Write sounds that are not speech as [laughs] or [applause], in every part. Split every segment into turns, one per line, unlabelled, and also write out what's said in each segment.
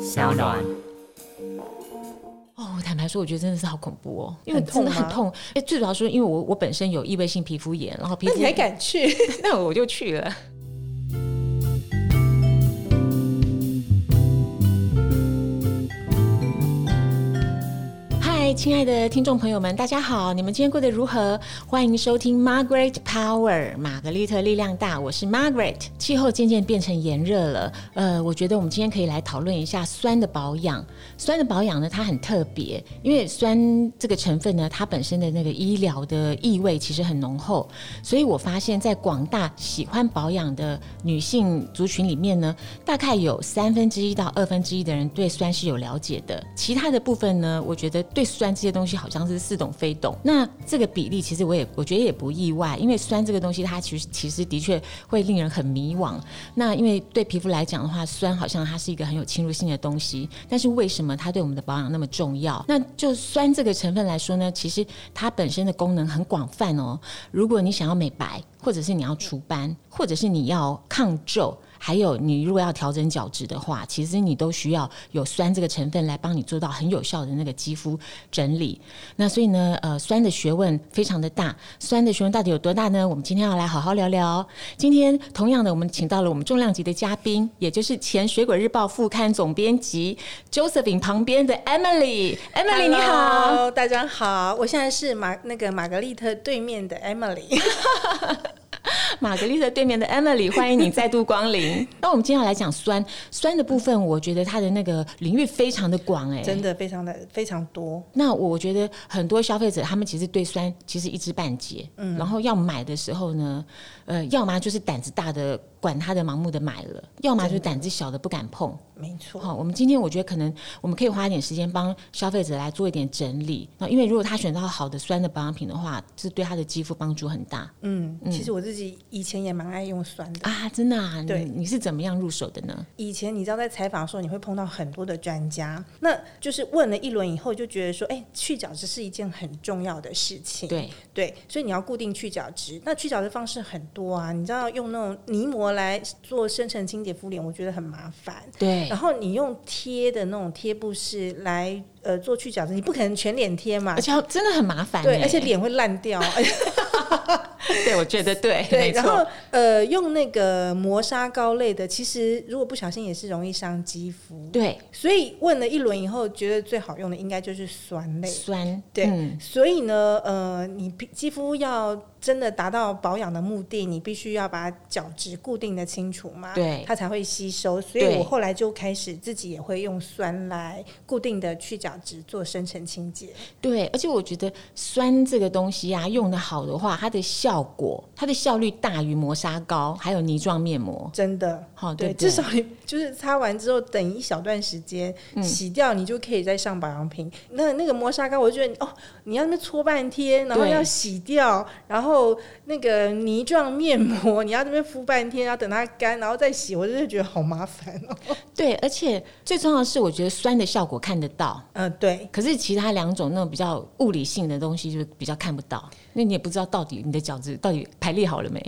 小暖。
哦，我坦白说，我觉得真的是好恐怖哦，因为
很
真
痛
的很
吗
痛。哎，最主要说，因为我我本身有异位性皮肤炎，然后皮
那
肤
你还
[laughs]
敢去？
那我就去了。嗨，亲爱的听众朋友们，大家好！你们今天过得如何？欢迎收听 Margaret Power 玛格丽特力量大，我是 Margaret。气候渐渐变成炎热了，呃，我觉得我们今天可以来讨论一下酸的保养。酸的保养呢，它很特别，因为酸这个成分呢，它本身的那个医疗的意味其实很浓厚，所以我发现，在广大喜欢保养的女性族群里面呢，大概有三分之一到二分之一的人对酸是有了解的。其他的部分呢，我觉得对酸这些东西好像是似懂非懂。那这个比例其实我也我觉得也不意外，因为酸这个东西它其实其实的确会令人很迷惘。那因为对皮肤来讲的话，酸好像它是一个很有侵入性的东西，但是为什么它对我们的保养那么重要？那就酸这个成分来说呢，其实它本身的功能很广泛哦。如果你想要美白，或者是你要除斑，或者是你要抗皱。还有，你如果要调整角质的话，其实你都需要有酸这个成分来帮你做到很有效的那个肌肤整理。那所以呢，呃，酸的学问非常的大，酸的学问到底有多大呢？我们今天要来好好聊聊。今天同样的，我们请到了我们重量级的嘉宾，也就是前《水果日报》副刊总编辑 Josephine 旁边的 Emily。Emily 你好，
Hello，大家好，我现在是玛那个玛格丽特对面的 Emily。
玛格丽特对面的 Emily，欢迎你再度光
[laughs]
临。那我们今天要来讲酸酸的部分，我觉得它的那个领域非常的广哎、
真的非常的非常多，
那我觉得很多消费者他们其实对酸其实一知半解，
嗯
然后要买的时候呢，呃，要么就是胆子大的管他的盲目的买了，要么就是胆子小的不敢碰。
没错，
好，我们今天我觉得可能我们可以花一点时间帮消费者来做一点整理。那因为如果他选到好的酸的保养品的话，是对他的肌肤帮助很大
嗯，其实我自己以前也蛮爱用酸的。
啊！真的啊，
对
你你是怎么样入手的呢？
以前你知道在采访的时候，你会碰到很多的专家，那就是问了一轮以后，就觉得说，哎、去角质是一件很重要的事情。
对，
对，所以你要固定去角质。那去角质方式很多啊，你知道用那种泥膜来做深层清洁敷脸，我觉得很麻烦。
对
然，后你用贴的那种贴布式来呃做去角质，你不可能全脸贴嘛
而，且真的很麻烦欸、
对，而且脸会烂掉。哎
[laughs] 对，我觉得对，
对，
没
然
错
后，呃用那个磨砂膏类的，其实如果不小心也是容易伤肌肤。
对，
所以问了一轮以后，觉得最好用的应该就是酸类。
酸，
对，
嗯
所以呢，呃，你皮肌肤要真的达到保养的目的，你必须要把角质固定的清楚嘛，
对
它才会吸收。所以
对
我后来就开始自己也会用酸来固定的去角质做深层清洁。
对，而且我觉得酸这个东西啊，用的好的话，它的效果，它的效率大于磨砂膏，还有泥状面膜。
真的，
好
哦对，
对不
至
对
少你就是擦完之后，等一小段时间洗掉，你就可以再上保养品。那那个磨砂膏，我就觉得哦，你要那边搓半天，然后
对
要洗掉，然后那个泥状面膜，你 [laughs] 要那边敷半天，要等它干，然后再洗，我真的觉得好麻烦哦。
对，而且最重要的是，我觉得酸的效果看得到，
呃，对，
可是其他两种那种比较物理性的东西就比较看不到，那你也不知道到底你的角质到底排列
[laughs]
好了没。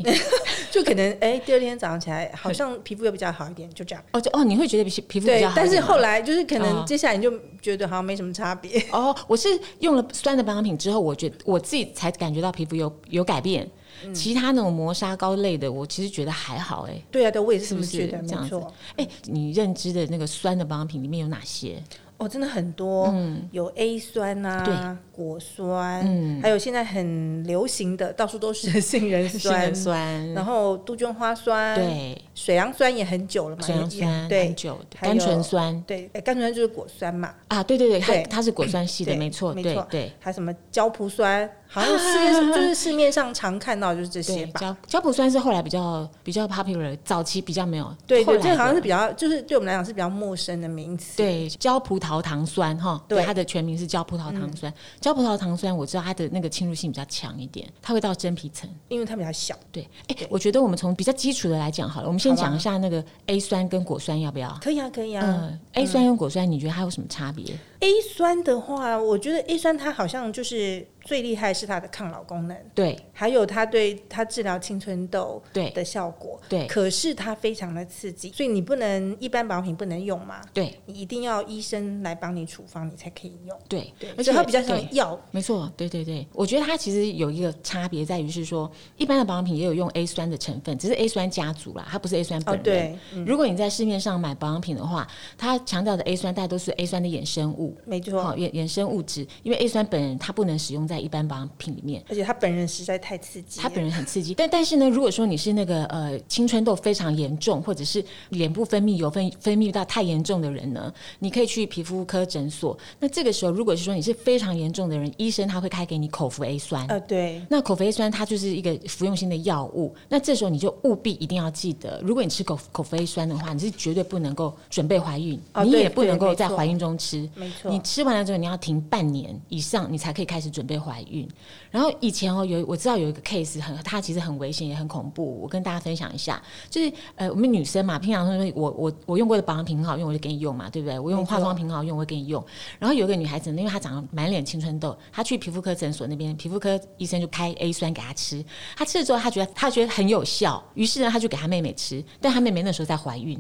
就可能哎，第二天早上起来好像皮肤又比较好一点，就这样。
哦，就哦，你会觉得皮皮肤比
对
较好一点吗。，
但是后来就是可能
哦
接下来你就觉得好像没什么差别。
哦，我是用了酸的保养品之后，我觉得我自己才感觉到皮肤有有改变。
嗯
其他那种磨砂膏类的，我其实觉得还好哎、
对啊，对，我也是
是
这
不
么
是
觉得，没
这样子
错。？
哎、你认知的那个酸的保养品里面有哪些？
哦，真的很多，有 A 酸啊，果酸，还有现在很流行的，到处都是杏仁 [laughs] 酸，嗯
酸
然后杜鹃花酸，，
对，
水杨酸也很久了嘛，
水杨
也
酸、
对
含酒的、
还
甘
有
醇酸
对，呃甘醇酸就是果酸嘛，
啊，对对对，它
对
它是果酸系的，
对
没错，
没
对
错
对
还有什么胶葡 [laughs] 酸，好像市面上就是市面上常看到的就是这些
对，
吧。
胶胶普酸是后来比较比较 popular，早期比较没有，
对
后
对，
来
这个好像
的
是比较，就是对我们来讲是比较陌生的名词。
对，胶葡萄糖酸哈，
对嗯
对，它的全名是胶葡萄糖酸。胶、葡萄糖酸我知道它的那个侵入性比较强一点，它会到真皮层。
因为它比较小。
对，哎、我觉得我们从比较基础的来讲好了，我们先
好啊
讲一下那个 A 酸跟果酸要不要？
可以啊，可以啊。
嗯，A 酸跟果酸，你觉得它有什么差别？
A 酸的话，我觉得 A 酸它好像就是最厉害是它的抗老功能，
对
还有它对它治疗青春痘
对
的效果。
对
可是它非常的刺激，所以你不能一般保养品不能用嘛，
对
你一定要医生来帮你处方，你才可以用。
对，
对，
而
而
且
且它比较
对
像药，
没错，对对对，我觉得它其实有一个差别在于是说，一般的保养品也有用 A 酸的成分，只是 A 酸家族啦，它不是 A 酸
哦，
本人。
对，
如果你在市面上买保养品的话，它强调的 A 酸大多是 A 酸的衍生物，
没错。
好衍衍生物质，因为 A 酸本人它不能使用在一般保养品里面。
而且他本人实在太刺激了，
它本人很刺激，但但是呢，如果说你是那个呃青春痘非常严重，或者是脸部分泌油分分泌到太严重的人呢，你可以去皮肤科诊所。那这个时候，如果是说你是非常严重的人，医生他会开给你口服 A 酸。
呃，对，
那口服 A 酸它就是一个服用性的药物，那这时候你就务必一定要记得，如果你吃口口服 A 酸的话，你是绝对不能够准备怀孕，
哦
你
对
也不
对
能够
没
在
错
怀孕中吃。
没
你
错，
吃完了之后，你要停半年以上，你才可以开始准备怀孕。然后以前哦，有我知道有一个 case 很，它其实很危险，也很恐怖。我跟大家分享一下，就是呃，我们女生嘛，平常说我我我用过的保养品很好用，我就给你用嘛，对不对？我用
没错
化妆品很好用，我会给你用。然后有一个女孩子呢，因为她长得满脸青春痘，她去皮肤科诊所那边，皮肤科医生就开 A 酸给她吃。她吃了之后，她觉得她觉得很有效，于是呢，她就给她妹妹吃，但她妹妹那时候在怀孕。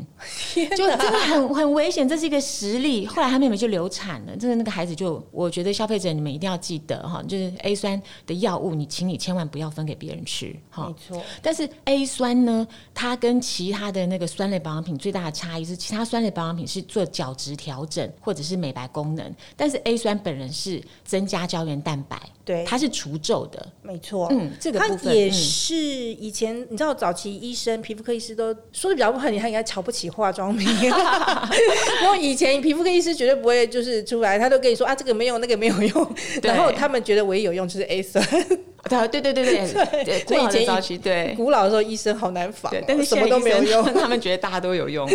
就真的很很危险，这是一个实例。后来他妹妹就流产了，真的那个孩子就，我觉得消费者你们一定要记得哈，就是 A 酸的药物，你请你千万不要分给别人吃哈
没。错，
但是 A 酸呢，它跟其他的那个酸类保养品最大的差异是，其他酸类保养品是做角质调整或者是美白功能，但是 A 酸本人是增加胶原蛋白，
对，
它是除皱的。
没错。
嗯，这个
他
部分
也
嗯
是以前，你知道早期医生、皮肤科医师都说的比较不好听，他应该瞧不起化妆
[laughs]
品。 [laughs] 然后以前皮肤科医师绝对不会就是出来，他都跟你说啊，这个没用，那个没有用。
对
然后他们觉得唯一有用就是 A 酸。
[laughs] 对对对对对，
[laughs]
对
所
古
以
老的
以前
早期对
古老的时候医生好难仿哦、
对，但是
什
现
么
在
都
医
没有
生
用。
[laughs]
他们觉得大家都有用。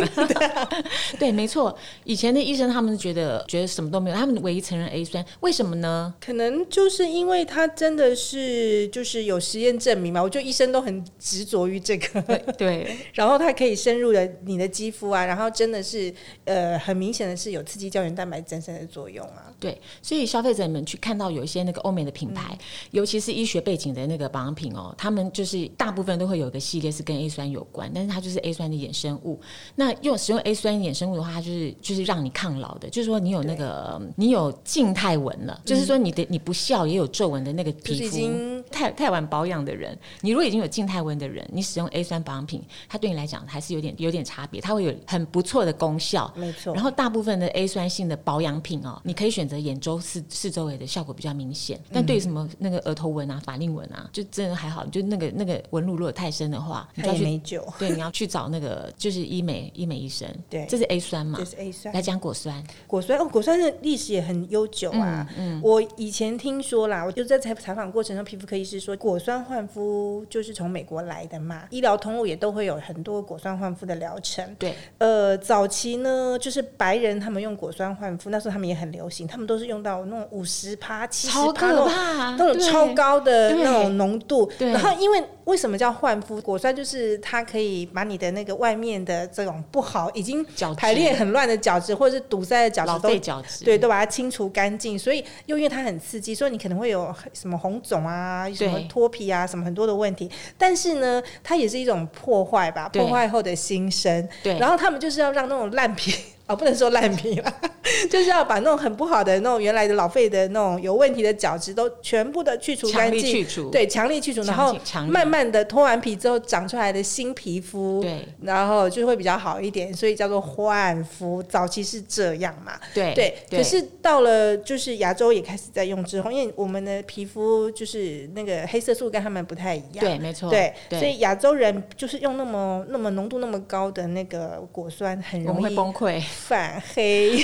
对，没错，以前的医生他们觉得觉得什么都没有，他们唯一承认 A 酸，为什么呢？
可能就是因为他真的是就是有实验证明嘛，我觉得医生都很执着于这个。
对，
然后它可以深入的你的肌肤啊，然后真的是呃很明显的是有刺激胶原蛋白增生的作用啊。
对，所以消费者们去看到有一些那个欧美的品牌，
嗯
尤其是医学背景的那个保养品哦，他们就是大部分都会有一个系列是跟 A 酸有关，但是它就是 A 酸的衍生物。那用使用 A 酸衍生物的话，它就是就是让你抗老的，就是说你有那个嗯你有静态纹了，就是说你的你不笑也有皱纹的那个皮肤，
嗯就是已经
太太晚保养的人，你如果已经有静态温的人，你使用 A 酸保养品，它对你来讲还是有点有点差别，它会有很不错的功效。
没错
然，后大部分的 A 酸性的保养品哦，你可以选择眼周四四周围的效果比较明显，但
嗯
对于什么那个额头纹啊、法令纹啊，就真的还好，就那个那个纹路如果太深的话，你就
它
要
也
去
没救，
对你要去找那个就是医美医美医生，
对
这是 A 酸嘛
这，是 A 酸
来讲果酸，
果酸哦，果酸的历史也很悠久啊。嗯，我以前听说啦，我就在采采访过程中，皮肤科医师说，果酸焕肤就是从美国来的嘛，医疗通路也都会有很多果酸焕肤的疗程。
对，
呃，早期呢，就是白人他们用果酸焕肤，那时候他们也很流行，他们都是用到那种五十趴、七十
超
趴
可怕，
那种
对
超高的
对
那种浓度。
对
然后因为为什么叫焕肤果酸，就是它可以把你的那个外面的这种不好、已经
角质
排列很乱的角质，或者是堵塞的角
老
质都
废。角质，
对，都把它清除干净，所以又因为它很刺激，所以你可能会有什么红肿啊、什么脱皮啊、什么很多的问题。但是呢，它也是一种破坏吧，
对
破坏后的新生。
对
然后他们就是要让那种烂皮。 [laughs] 哦，不能说烂皮啦， [laughs] 就是要把那种很不好的那种原来的老废的那种有问题的角质都全部的去除
强
干
力
净，
去除，
对，强力去除，然
强
后
力强力
慢慢的脱完皮之后长出来的新皮肤，
对
然后就会比较好一点，所以叫做焕肤。早期是这样嘛，
对
对，可是到了就是亚洲也开始在用之后，因为我们的皮肤就是那个黑色素跟他们不太一样，
对，没错，
对，
哦对
所以亚洲人就是用那么那么浓度那么高的那个果酸，很
我们
容
会
易
崩溃。
反黑。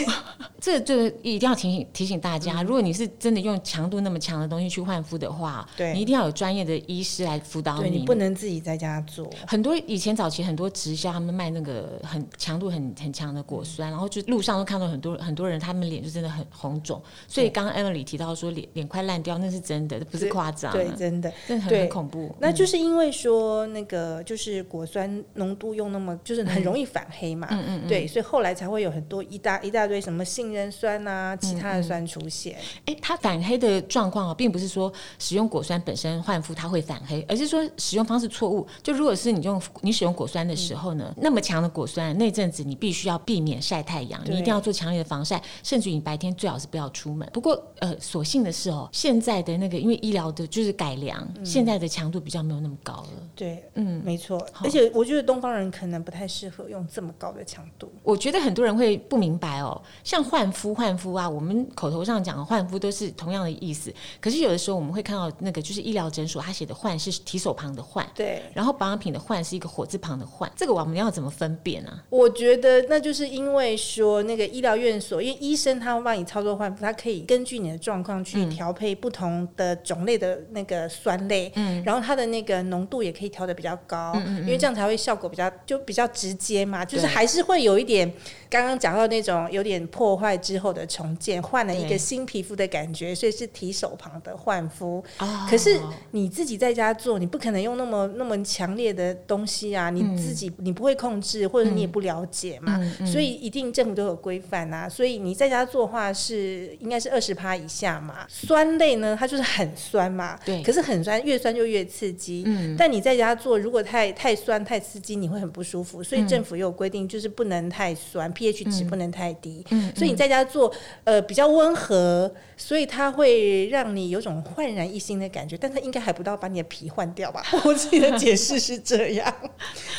这这一定要提醒提醒大家，
嗯
如果你是真的用强度那么强的东西去换肤的话，
对
你一定要有专业的医师来辅导
对
哦你。
你不能自己在家做，
很多以前早期很多直销，他们卖那个很强度很很强的果
嗯
酸，然后就路上都看到很多很多人，他们脸就真的很红肿。所以刚刚 Emily 提到说脸脸快烂掉，那是真的，不是夸张，啊
对，真的。
真的很
对
很恐怖。
那就是因为说那个就是果酸
嗯
浓度用那么，就是很容易反黑嘛，对，所以后来才会有很多一大一大堆什么杏仁酸
嗯
啊，其他的酸出现。
哎，它反黑的状况啊，并不是说使用果酸本身焕肤它会反黑，而是说使用方式错误。就如果是你用你使用果酸的时候呢，那么强的果酸，那阵子你必须要避免晒太阳，你
对
一定要做强烈的防晒，甚至于你白天最好是不要出门。不过呃，所幸的是哦，现在的那个因为医疗的就是改良，现在的强度比较没有那么高了。
对，嗯，没错。而且我觉得东方人可能不太适合用这么高的强度。
我觉得很多人会不明白哦，像焕肤、焕肤啊，我们口头上讲的焕肤都是同样的意思，可是有的时候我们会看到那个就是医疗诊所他写的“焕”是提手旁的“焕
对”，，
然后保养品的“焕”是一个火字旁的“焕”，这个我们要怎么分辨啊？
我觉得那就是因为说那个医疗院所，因为医生他会帮你操作换肤，他可以根据你的状况去调配不同的种类的那个酸类，嗯，然后它的那个浓度也可以调的比较高，因为这样才会效果比较就比较直接嘛，就是
对
还是会有一点刚刚讲到那种有点破坏之后的重建，换了一
对
个新皮肤的感觉，所以是提手旁的换肤，
啊
可是你自己在家做，你不可能用那么那么强烈的东西啊，你自己、你不会控制，或者你也不了解嘛，所以一定政府都有规范啊。所以你在家做的话是应该是二十趴以下嘛。酸类呢，它就是很酸嘛，
对
可是很酸，越酸就越刺激。
嗯
但你在家做，如果太太酸太刺激，你会很不舒服。所
嗯
以政府也有规定，就是不能太酸、p h 值不能太低。
嗯
所以你在家做，呃，比较温和，所以它会让你有种焕然一新的感觉。但它应该还不到把你的皮换掉吧？ [laughs] 我自己的解释是这
[laughs]
样，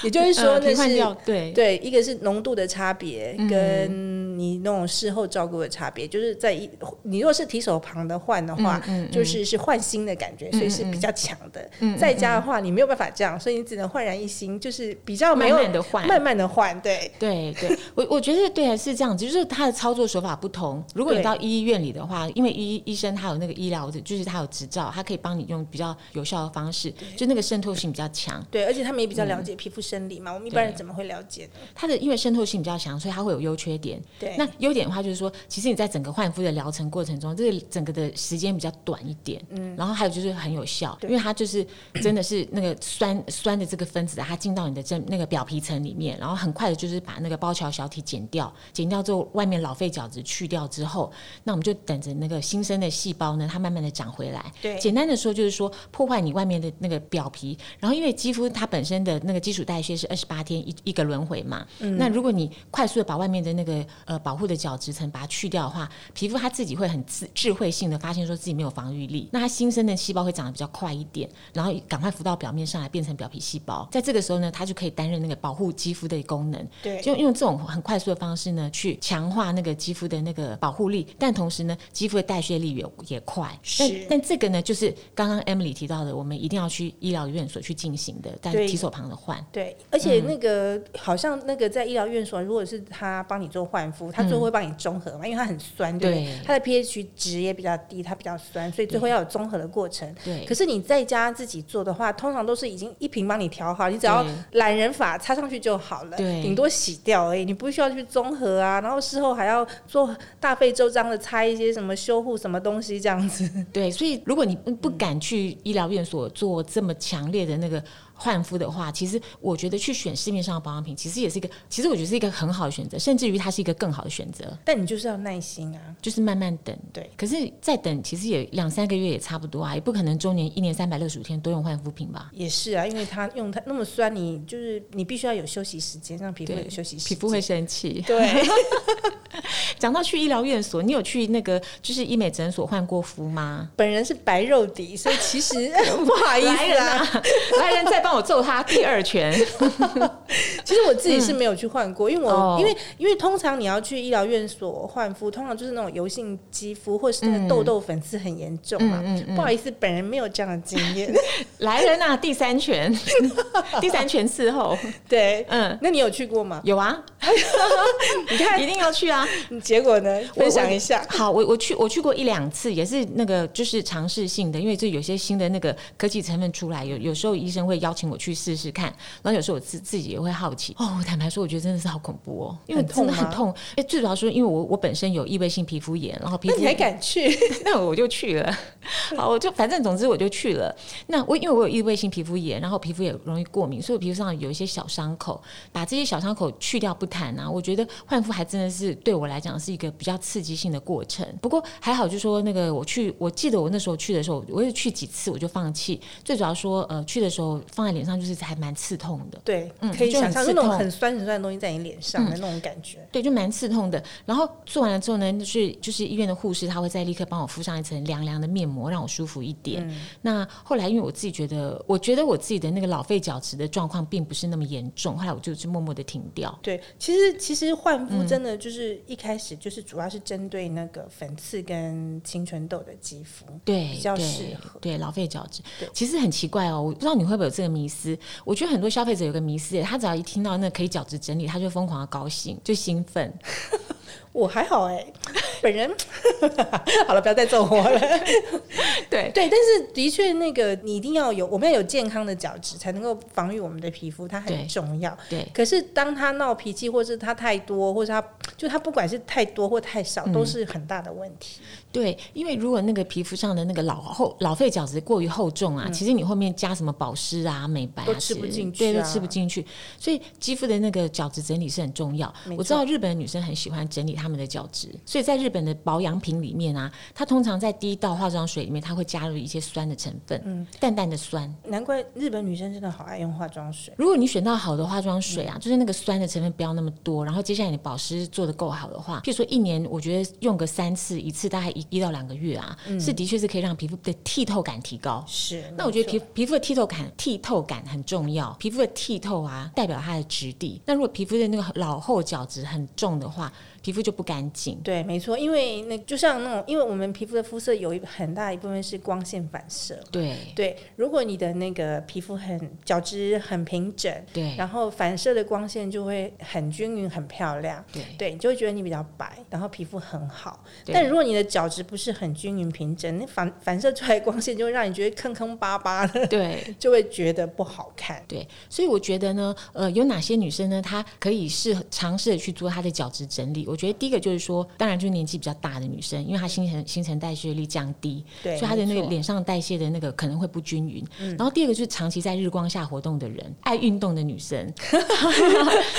也就是说
呃
那
替换
是、
掉对
对，一个是浓度的差别，
嗯
跟你那种事后照顾的差别，就是在一你若是提手旁的换的话，
嗯
就是是换新的感觉，所以是比较强的。在家的话，你没有办法这样，所以你只能焕然一新，就是比较没有
慢慢地换
慢慢的换，对。
对对，我我觉得对是这样子，就是它的操作手法不同。如果你
对
到医院里的话，因为医医生他有那个医疗的，就是他有执照，他可以帮你用比较有效的方式，就那个渗透性比较强。
对，而且他们也比较
嗯
了解皮肤生理嘛，我们一般人怎么会了解呢？
它的因为渗透性比较强，所以它会有优缺点。
对
那优点的话就是说，其实你在整个焕肤的疗程过程中，这个整个的时间比较短一点。嗯，然后还有就是很有效，因为它就是真的是那个酸酸的这个分子啊，它进到你的真那个表皮层里面，然后很快的就是把那个包桥小体剪掉，剪掉之后外面老废角质去掉之后，那我们就等着那个新生的细胞呢，它慢慢的长回来。
对
简单的说就是说破坏你外面的那个表皮，然后因为肌肤它本身的那个基础代谢是二十八天一一个轮回嘛，那如果你快速的把外面的那个呃保护的角质层把它去掉的话，皮肤它自己会很智智慧性的发现说自己没有防御力，那它新生的细胞会长得比较快一点，然后赶快浮到表面上来变成表皮细胞，在这个时候呢，它就可以担任那个保护肌肤的功能，
对
就用这种很快速的方式呢，去强化那个肌肤的那个保护力，但同时呢，肌肤的代谢力也也快。但
是
但这个呢，就是刚刚 Emily 提到的，我们一定要去医疗院所去进行的，但
对
提手旁的换。
对，而且
嗯
那个、好像那个在医疗院所，如果是他帮你做焕肤，他最后会帮你中和嘛，因为它很酸，对不
嗯对
对？它的 pH 值也比较低，它比较酸，所以最后要有综合的过程。
对
可是你在家自己做的话，通常都是已经一瓶帮你调好，你只要懒人法擦上去就好了，
对
顶多洗掉而已，你不需要去综合啊，然后事后还要做大费周章的擦一些什么修护什么东西这样子。 [laughs]
对，所以如果你不不敢去医疗院所做这么强烈的那个换肤的话，其实我觉得去选市面上的保养品，其实也是一个，其实我觉得是一个很好的选择，甚至于它是一个更好的选择。
但你就是要耐心啊。
就是慢慢等，
对。
可是再等，其实也两三个月也差不多啊，也不可能周年一年三百六十五天都用焕肤品吧？
也是啊，因为它用它那么酸，你就是你必须要有休息时间，让皮肤
对
有休息时
皮
间。
肤会生气。
对， [laughs]
讲到去医疗院所，你有去那个就是医美诊所换过肤吗？ [laughs]
本人是白肉底，所以其实不好意
来
思
人
啊，
[laughs] 啊，来人，再帮我揍他第二
[laughs]
拳。
其实我自己是没有去换过，因为我、
哦
因为因为通常你要去医疗院所换肤，通常就是那种油性肌肤或是那
嗯
个痘痘粉刺很严重嘛。不好意思，本人没有这样的经
[laughs]
验。
来人啊，第三拳， [laughs] 第三拳伺候。
对，
嗯
嗯，那你有去过吗？
有啊，
[laughs] 你看
一，定要去啊！
结果呢？分享一下。
好，我我去我去过一两次，也是那个就是尝试性的，因为这有些新的那个科技成分出来，有有时候医生会邀请我去试试看，然后有时候我自自己也会好奇。哦，我坦白说，我觉得真的是好恐怖哦，因为
很
真
痛
的很
吗
痛。哎，最主要说，因为我我本身有异位性皮肤炎，然后皮
那
肤
你还敢
[laughs]
去？
那我就去了。好，我就反正总之我就去了。那我因为我有异位性皮肤炎，然后皮肤也容易过敏，所以我皮肤上有一些小伤口。把这些小伤口去掉不谈啊，我觉得换肤还真的是对我来讲是一个比较刺激性的过程。不过还好，就说那个我去，我记得我那时候去的时候，我也去几次我就放弃。最主要说，呃，去的时候放在脸上就是还蛮刺痛的。
对，
嗯
[laughs] 可以
就很
想象
刺
那种
痛
很酸很酸的东西在你脸上的那种感觉。
对，就蛮刺痛的。然后做完了之后呢，就是就是医院的护士，他会再立刻帮我敷上一层凉凉的面膜，让我舒服一点。
嗯
那后来因为我自己觉得，我觉得我自己的那个老废角质的状况并不是那么严重，后来我就是默默的停掉。
对，其实其实
嗯
焕肤真的就是一开始就是主要是针对那个粉刺跟青春痘的肌肤，
对，
比较
对
适合
对老废角质
对。
其实很奇怪哦，我不知道你会不会有这个迷思。我觉得很多消费者有个迷思，他只要一听到那可以角质整理，他就疯狂的高兴，就兴奋。 [laughs]
我还好哎、本人好了，不要再揍
[laughs]
我了。
对，
对，但是的确，那个你一定要有，我们要有健康的角质，才能够防御我们的皮肤，它
对
很重要。
对
可是当他闹脾气，或是他太多，或是他就他不管是太多或太少，
嗯
都是很大的问题。
对，因为如果那个皮肤上的那个老厚老废角质过于厚重啊，其实你后面加什么保湿啊、美白啊，
嗯都吃不
其实
进去
对，都
啊
吃不进去。所以肌肤的那个角质整理是很重要
没。
我知道日本的女生很喜欢整理她们的角质，所以在日本的保养品里面啊，它通常在第一道化妆水里面，它会加入一些酸的成分，
嗯
淡淡的酸。
难怪日本女生真的好爱用化妆水。
如果你选到好的化妆水啊，就是那个酸的成分不要那么多，然后接下来你保湿做得够好的话，譬如说一年，我觉得用个三次，一次大概一一到两个月啊，
嗯
是的确是可以让皮肤的剔透感提高。
是，
那我觉得
没
皮皮肤的剔透感，剔透感很重要。皮肤的剔透啊，代表它的质地。那如果皮肤的那个老厚角质很重的话，皮肤就不干净
错。对，没错，因为那就像那种，因为我们皮肤的肤色有一很大一部分是光线反射。
对
对，如果你的那个皮肤很角质很平整，
对
然后反射的光线就会很均匀、很漂亮。
对
对，你就会觉得你比较白，然后皮肤很好。
对
但如果你的角质不是很均匀平整，那反反射出来的光线就会让你觉得坑坑巴巴的，
对，
就会觉得不好看。
对，所以我觉得呢，呃，有哪些女生呢，她可以是尝试的去做她的角质整理？我觉得第一个就是说，当然就是年纪比较大的女生，因为她新陈新陈代谢率降低，
对，
所以她的那
没
个
错嗯
脸上代谢的那个可能会不均匀。然后第二个就是长期在日光下活动的人，爱运动的女
[laughs]
生， [laughs]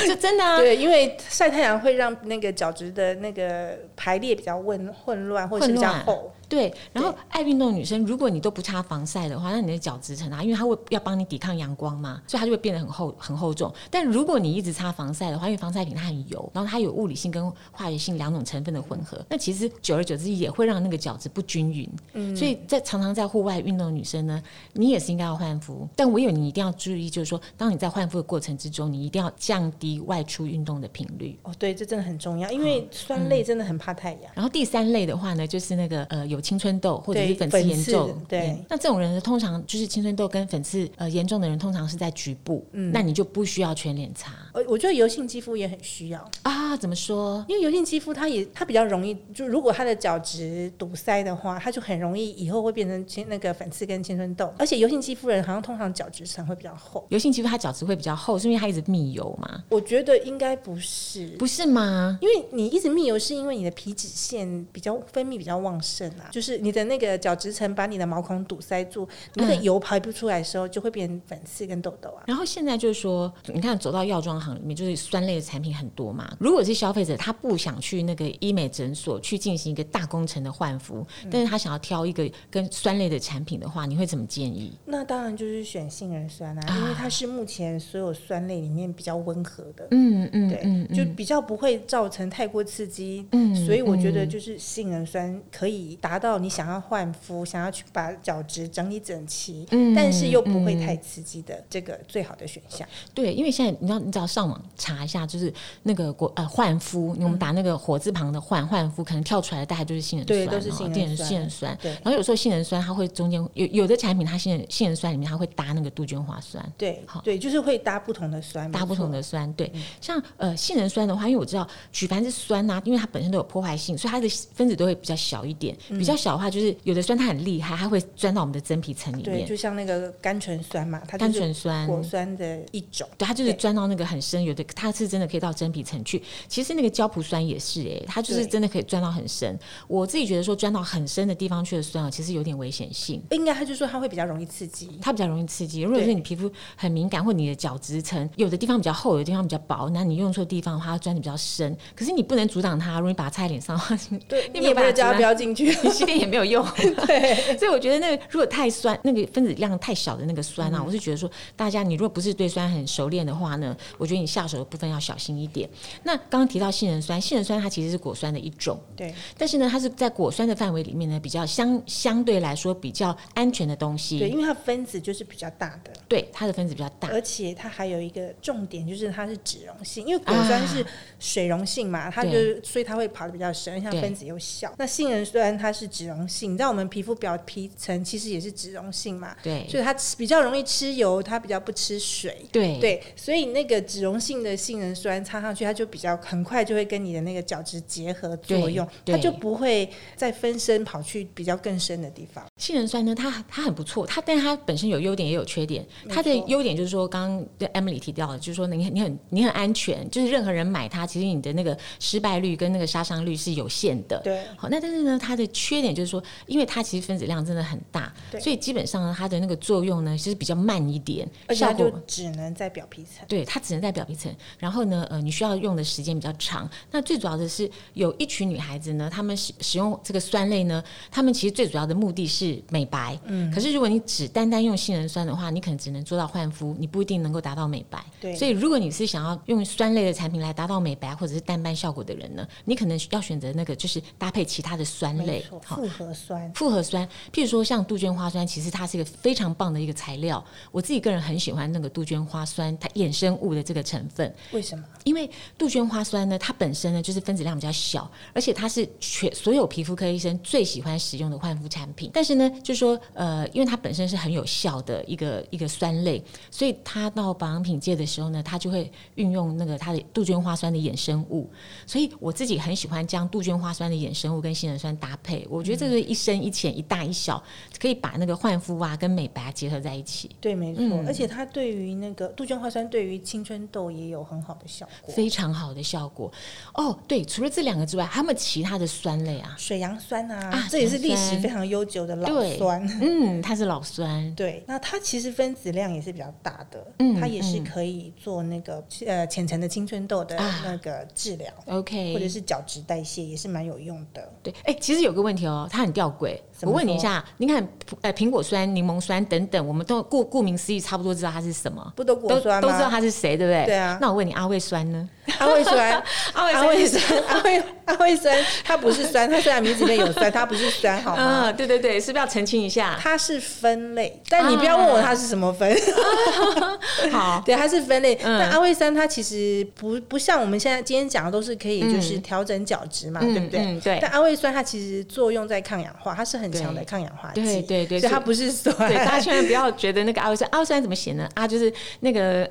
就真的啊。
对，因为晒太阳会让那个角质的那个排列比较混混乱，或者是比较
混乱
厚。
对，然后爱运动的女生，如果你都不擦防晒的话，那你的角质层啊，因为它会要帮你抵抗阳光嘛，所以它就会变得很厚很厚重。但如果你一直擦防晒的话，因为防晒品它很油，然后它有物理性跟化学性两种成分的混合，那其实久而久之也会让那个角质不均匀。所以在常常在户外运动的女生呢，你也是应该要换肤，但唯有你一定要注意，就是说，当你在换肤的过程之中，你一定要降低外出运动的频率。
哦，对，这真的很重要，因为酸类真的很怕太阳。
然后第三类的话呢，就是那个呃有青春痘或者是
对
粉刺严重
粉刺，对
嗯那这种人呢，通常就是青春痘跟粉刺呃严重的人，通常是在局部，那你就不需要全脸擦
呃，我觉得油性肌肤也很需要，
啊？怎么说？
因为油性肌肤它也它比较容易，就如果它的角质堵塞的话，它就很容易以后会变成青那个粉刺跟青春痘。而且油性肌肤人好像通常角质层会比较厚，
油性肌肤它角质会比较厚，是因为它一直密油嘛？
我觉得应该不是，
不是吗？
因为你一直密油是因为你的皮脂腺比较分泌比较旺盛啊，就是你的那个角质层把你的毛孔堵塞住，你那个油排不出来的时候，就会变成粉刺跟痘痘啊。
然后现在就是说，你看走到药妆行里面，就是酸类的产品很多嘛。如果是消费者，他不想去那个医美诊所去进行一个大工程的换肤，但是他想要挑一个跟酸类的产品的话，你会怎么建议？
那当然就是选杏仁酸啊，因为它是目前所有酸类里面比较温和的，
嗯嗯
对，就比较不会造成太过刺激。
嗯
所以我觉得就是杏仁酸可以达到你想要焕肤、想要去把角质整理整齐，
嗯
但是又不会太刺激的这个最好的选项。
对，因为现在你知道，你只要上网查一下，就是那个国呃焕肤，我
嗯
们打那个火字旁的焕焕肤，可能跳出来的大概就是杏仁酸
对
嘛，
都是杏仁
杏仁
酸
杏仁酸。
对
然后有时候杏仁酸它会中间有有的产品它杏仁杏仁酸里面它会搭那个杜鹃花酸。
对
好，
对，就是会搭不同的酸，
搭不同
没嗯
的酸，对，像呃杏仁啊
嗯
酸的话，因为我知道曲凡是酸呐、因为它本身都有破坏性，所以它的分子都会比较小一点，比较小的话，就是有的酸它很厉害，它会钻到我们的真皮层里
对，
面，
就像那个甘醇酸嘛，它就
甘
是
醇酸。
果酸的一种。
对，它就是
对
钻到那个很深，有的它是真的可以到真皮层去。其实那个胶葡酸也是、欸，它就是
对
真的可以钻到很深。我自己觉得说钻到很深的地方去的酸哦，其实有点危险性。
应该他就说它会比较容易刺激，
它比较容易刺激。如果
对
是你皮肤很敏感，或你的角质层有的地方比较厚，有的地方比较薄，那你用错地方的话，它钻的比较深。可是你不能阻挡它，如果你把它擦在脸上的 [laughs] 话，
对
你
你
没有
也不
办法
能
阻
叫它
拦
飙
[laughs]
进去。
你洗脸也没有用。
[laughs] 对，
所以我觉得那个如果太酸，那个分子量太小的那个酸
嗯
啊，我是觉得说，大家你如果不是对酸很熟练的话呢，我觉得你下手的部分要小心一点。那刚刚提到杏仁酸，杏仁酸它其实是果酸的一种，
对，
但是呢，它是在果酸的范围里面呢，比较相相对来说比较安全的东
对，呃
西。
因为它分子就是比较大的，
对，它的分子比较嗯大。
而且它还有一个重点就是它是脂溶性，因为果酸是水溶性嘛，它就
啊对
所以它会跑得比较深，而且它
对
分子又小。那杏仁酸它是脂溶性，你知道我们皮肤表皮层其实也是脂溶性嘛，
对
所以它吃比较容易吃油，它比较不吃水。
对
对，所以那个脂溶性的杏仁酸擦上去，它就比较很快就会跟你的那个角质结合作用，
对
它
对
就不会再分身跑去比较更深的地方。
杏仁酸呢，它它很不错，它但它本身有优点也有缺点。
没错
它的优点就是说，刚刚对 Emily 提到的，就是说你你很你很安全，就是任何人买它，其实你的那个失败率跟那个杀伤率是有限的。
对，
好，那但是呢，它的缺点就是说，因为它其实分子量真的很大，
对
所以基本上呢，它的那个作用呢，其实比较慢一点，
而且
效
它就
果
只能在表皮层。
对，它只能在表皮层。然后呢，呃，你需要用的时间比较长。那最主要的是，有一群女孩子呢，她们使使用这个酸类呢，她们其实最主要的目的是美白。嗯，可是如果你只单单用杏仁酸的话，你可能只能做到焕肤，你不一定能够达到美白。
对
所以如果你是想要用酸类的产品来达到美白或者是淡斑效果的人呢，你可能要选择那个就是搭配其他的酸
没
类
错，，
好。
复合酸。
复合酸，譬如说像杜鹃花酸，其实它是一个非常棒的一个材料。我自己个人很喜欢那个杜鹃花酸，它衍生物的这个成分，
为什么？
因为杜鹃花酸呢，它本身呢就是分子量比较小，而且它是全所有皮肤科医生最喜欢使用的焕肤产品。但是呢，就说呃，因为它本身是很有效的一个呃一个酸类，所以它到保养品界的时候呢，它就会运用那个它的杜鹃花酸的衍生物。所以我自己很喜欢将杜鹃花酸的衍生物跟杏仁酸搭配，我觉得这个一深一浅、一大一小，可以把那个焕肤啊跟美白啊结合在一起，
对，没错。嗯而且它对于那个杜鹃花酸，对于青春痘也有很好的效果。
非常好的效果。哦，对，除了这两个之外，还有没有其他的酸类啊？
水杨酸啊，
啊
这也是
水
历
杨
史
酸
非常悠久的老
对
酸。
嗯，它是老酸，
对，那它其实分子量也是比较大的，
嗯
它也是可以做那个呃浅层的青春痘的
啊
那个治疗，或者
OK，
是角质代谢，也是蛮有用的。
对，哎、其实有个问题哦，它很吊诡。
怎
我
么
问你一
说
下，你看，呃，苹果酸、柠檬酸等等，我们都顾顾名思义，差不多知道它是什么，
不都
都
果酸吗？
都知道它是谁，对不对？
对啊
那我问你，阿魏酸呢？
阿魏酸，
[laughs] 阿
阿魏酸，阿魏阿魏酸，它不是酸，它虽然名字里面有酸，它不是酸，好吗？
嗯，对对对，是不是要澄清一
[laughs]
下？
它是分类，但你不要问我它是什么分，
啊好，
[laughs] 对，它是
嗯
分类。那阿魏酸它其实不不像我们现在今天讲的都是可以就是调整角质嘛，
嗯
对不对？
嗯对
但阿魏酸它其实作用在抗氧化，它是很强的
对
抗氧化剂，
对对对
所以它
所以
不是酸。
对，大家
[laughs]
千万不要觉得那个阿魏酸，阿魏酸怎么写呢？阿就是那个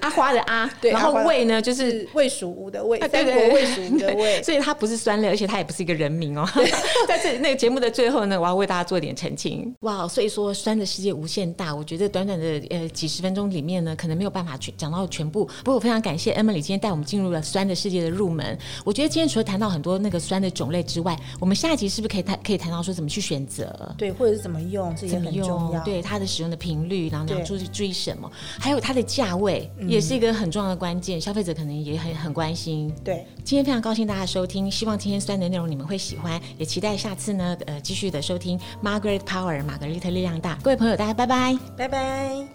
阿花的阿，
[laughs] 对
然
阿
后
花的
魏呢就是
魏蜀吴的魏，
啊对
三
对
国魏蜀吴的
对， [laughs]
魏。
所以它不是酸类，而且它也不是一个人名哦。 [laughs] 在这那个节目的最后呢，我要为大家做点澄清。哇、所以说酸的世界无限大，我觉得短短的呃几十分钟里面呢，可能没有办法去讲到全部。不过我非常感谢 Emily 今天带我们进入了酸的世界的入门。我觉得今天除了谈到很多那个酸的种类之外，我们下一集是不是可以谈可以谈到说怎么去选择？
对，或者是怎么用，这也
怎么
很重
用
要。？
对它的使用的频率，然后你要
对嗯
注意注意什么？还有它的价位，也是一个很重要的关键，消费者可能也很很关心。
对，
今天非常高兴大家的收听，希望今天酸的内容你们会喜欢，也期待下次呢，呃，继续的收听 Margaret Power 玛格丽特力量大，各位朋友，大家拜拜。
拜拜。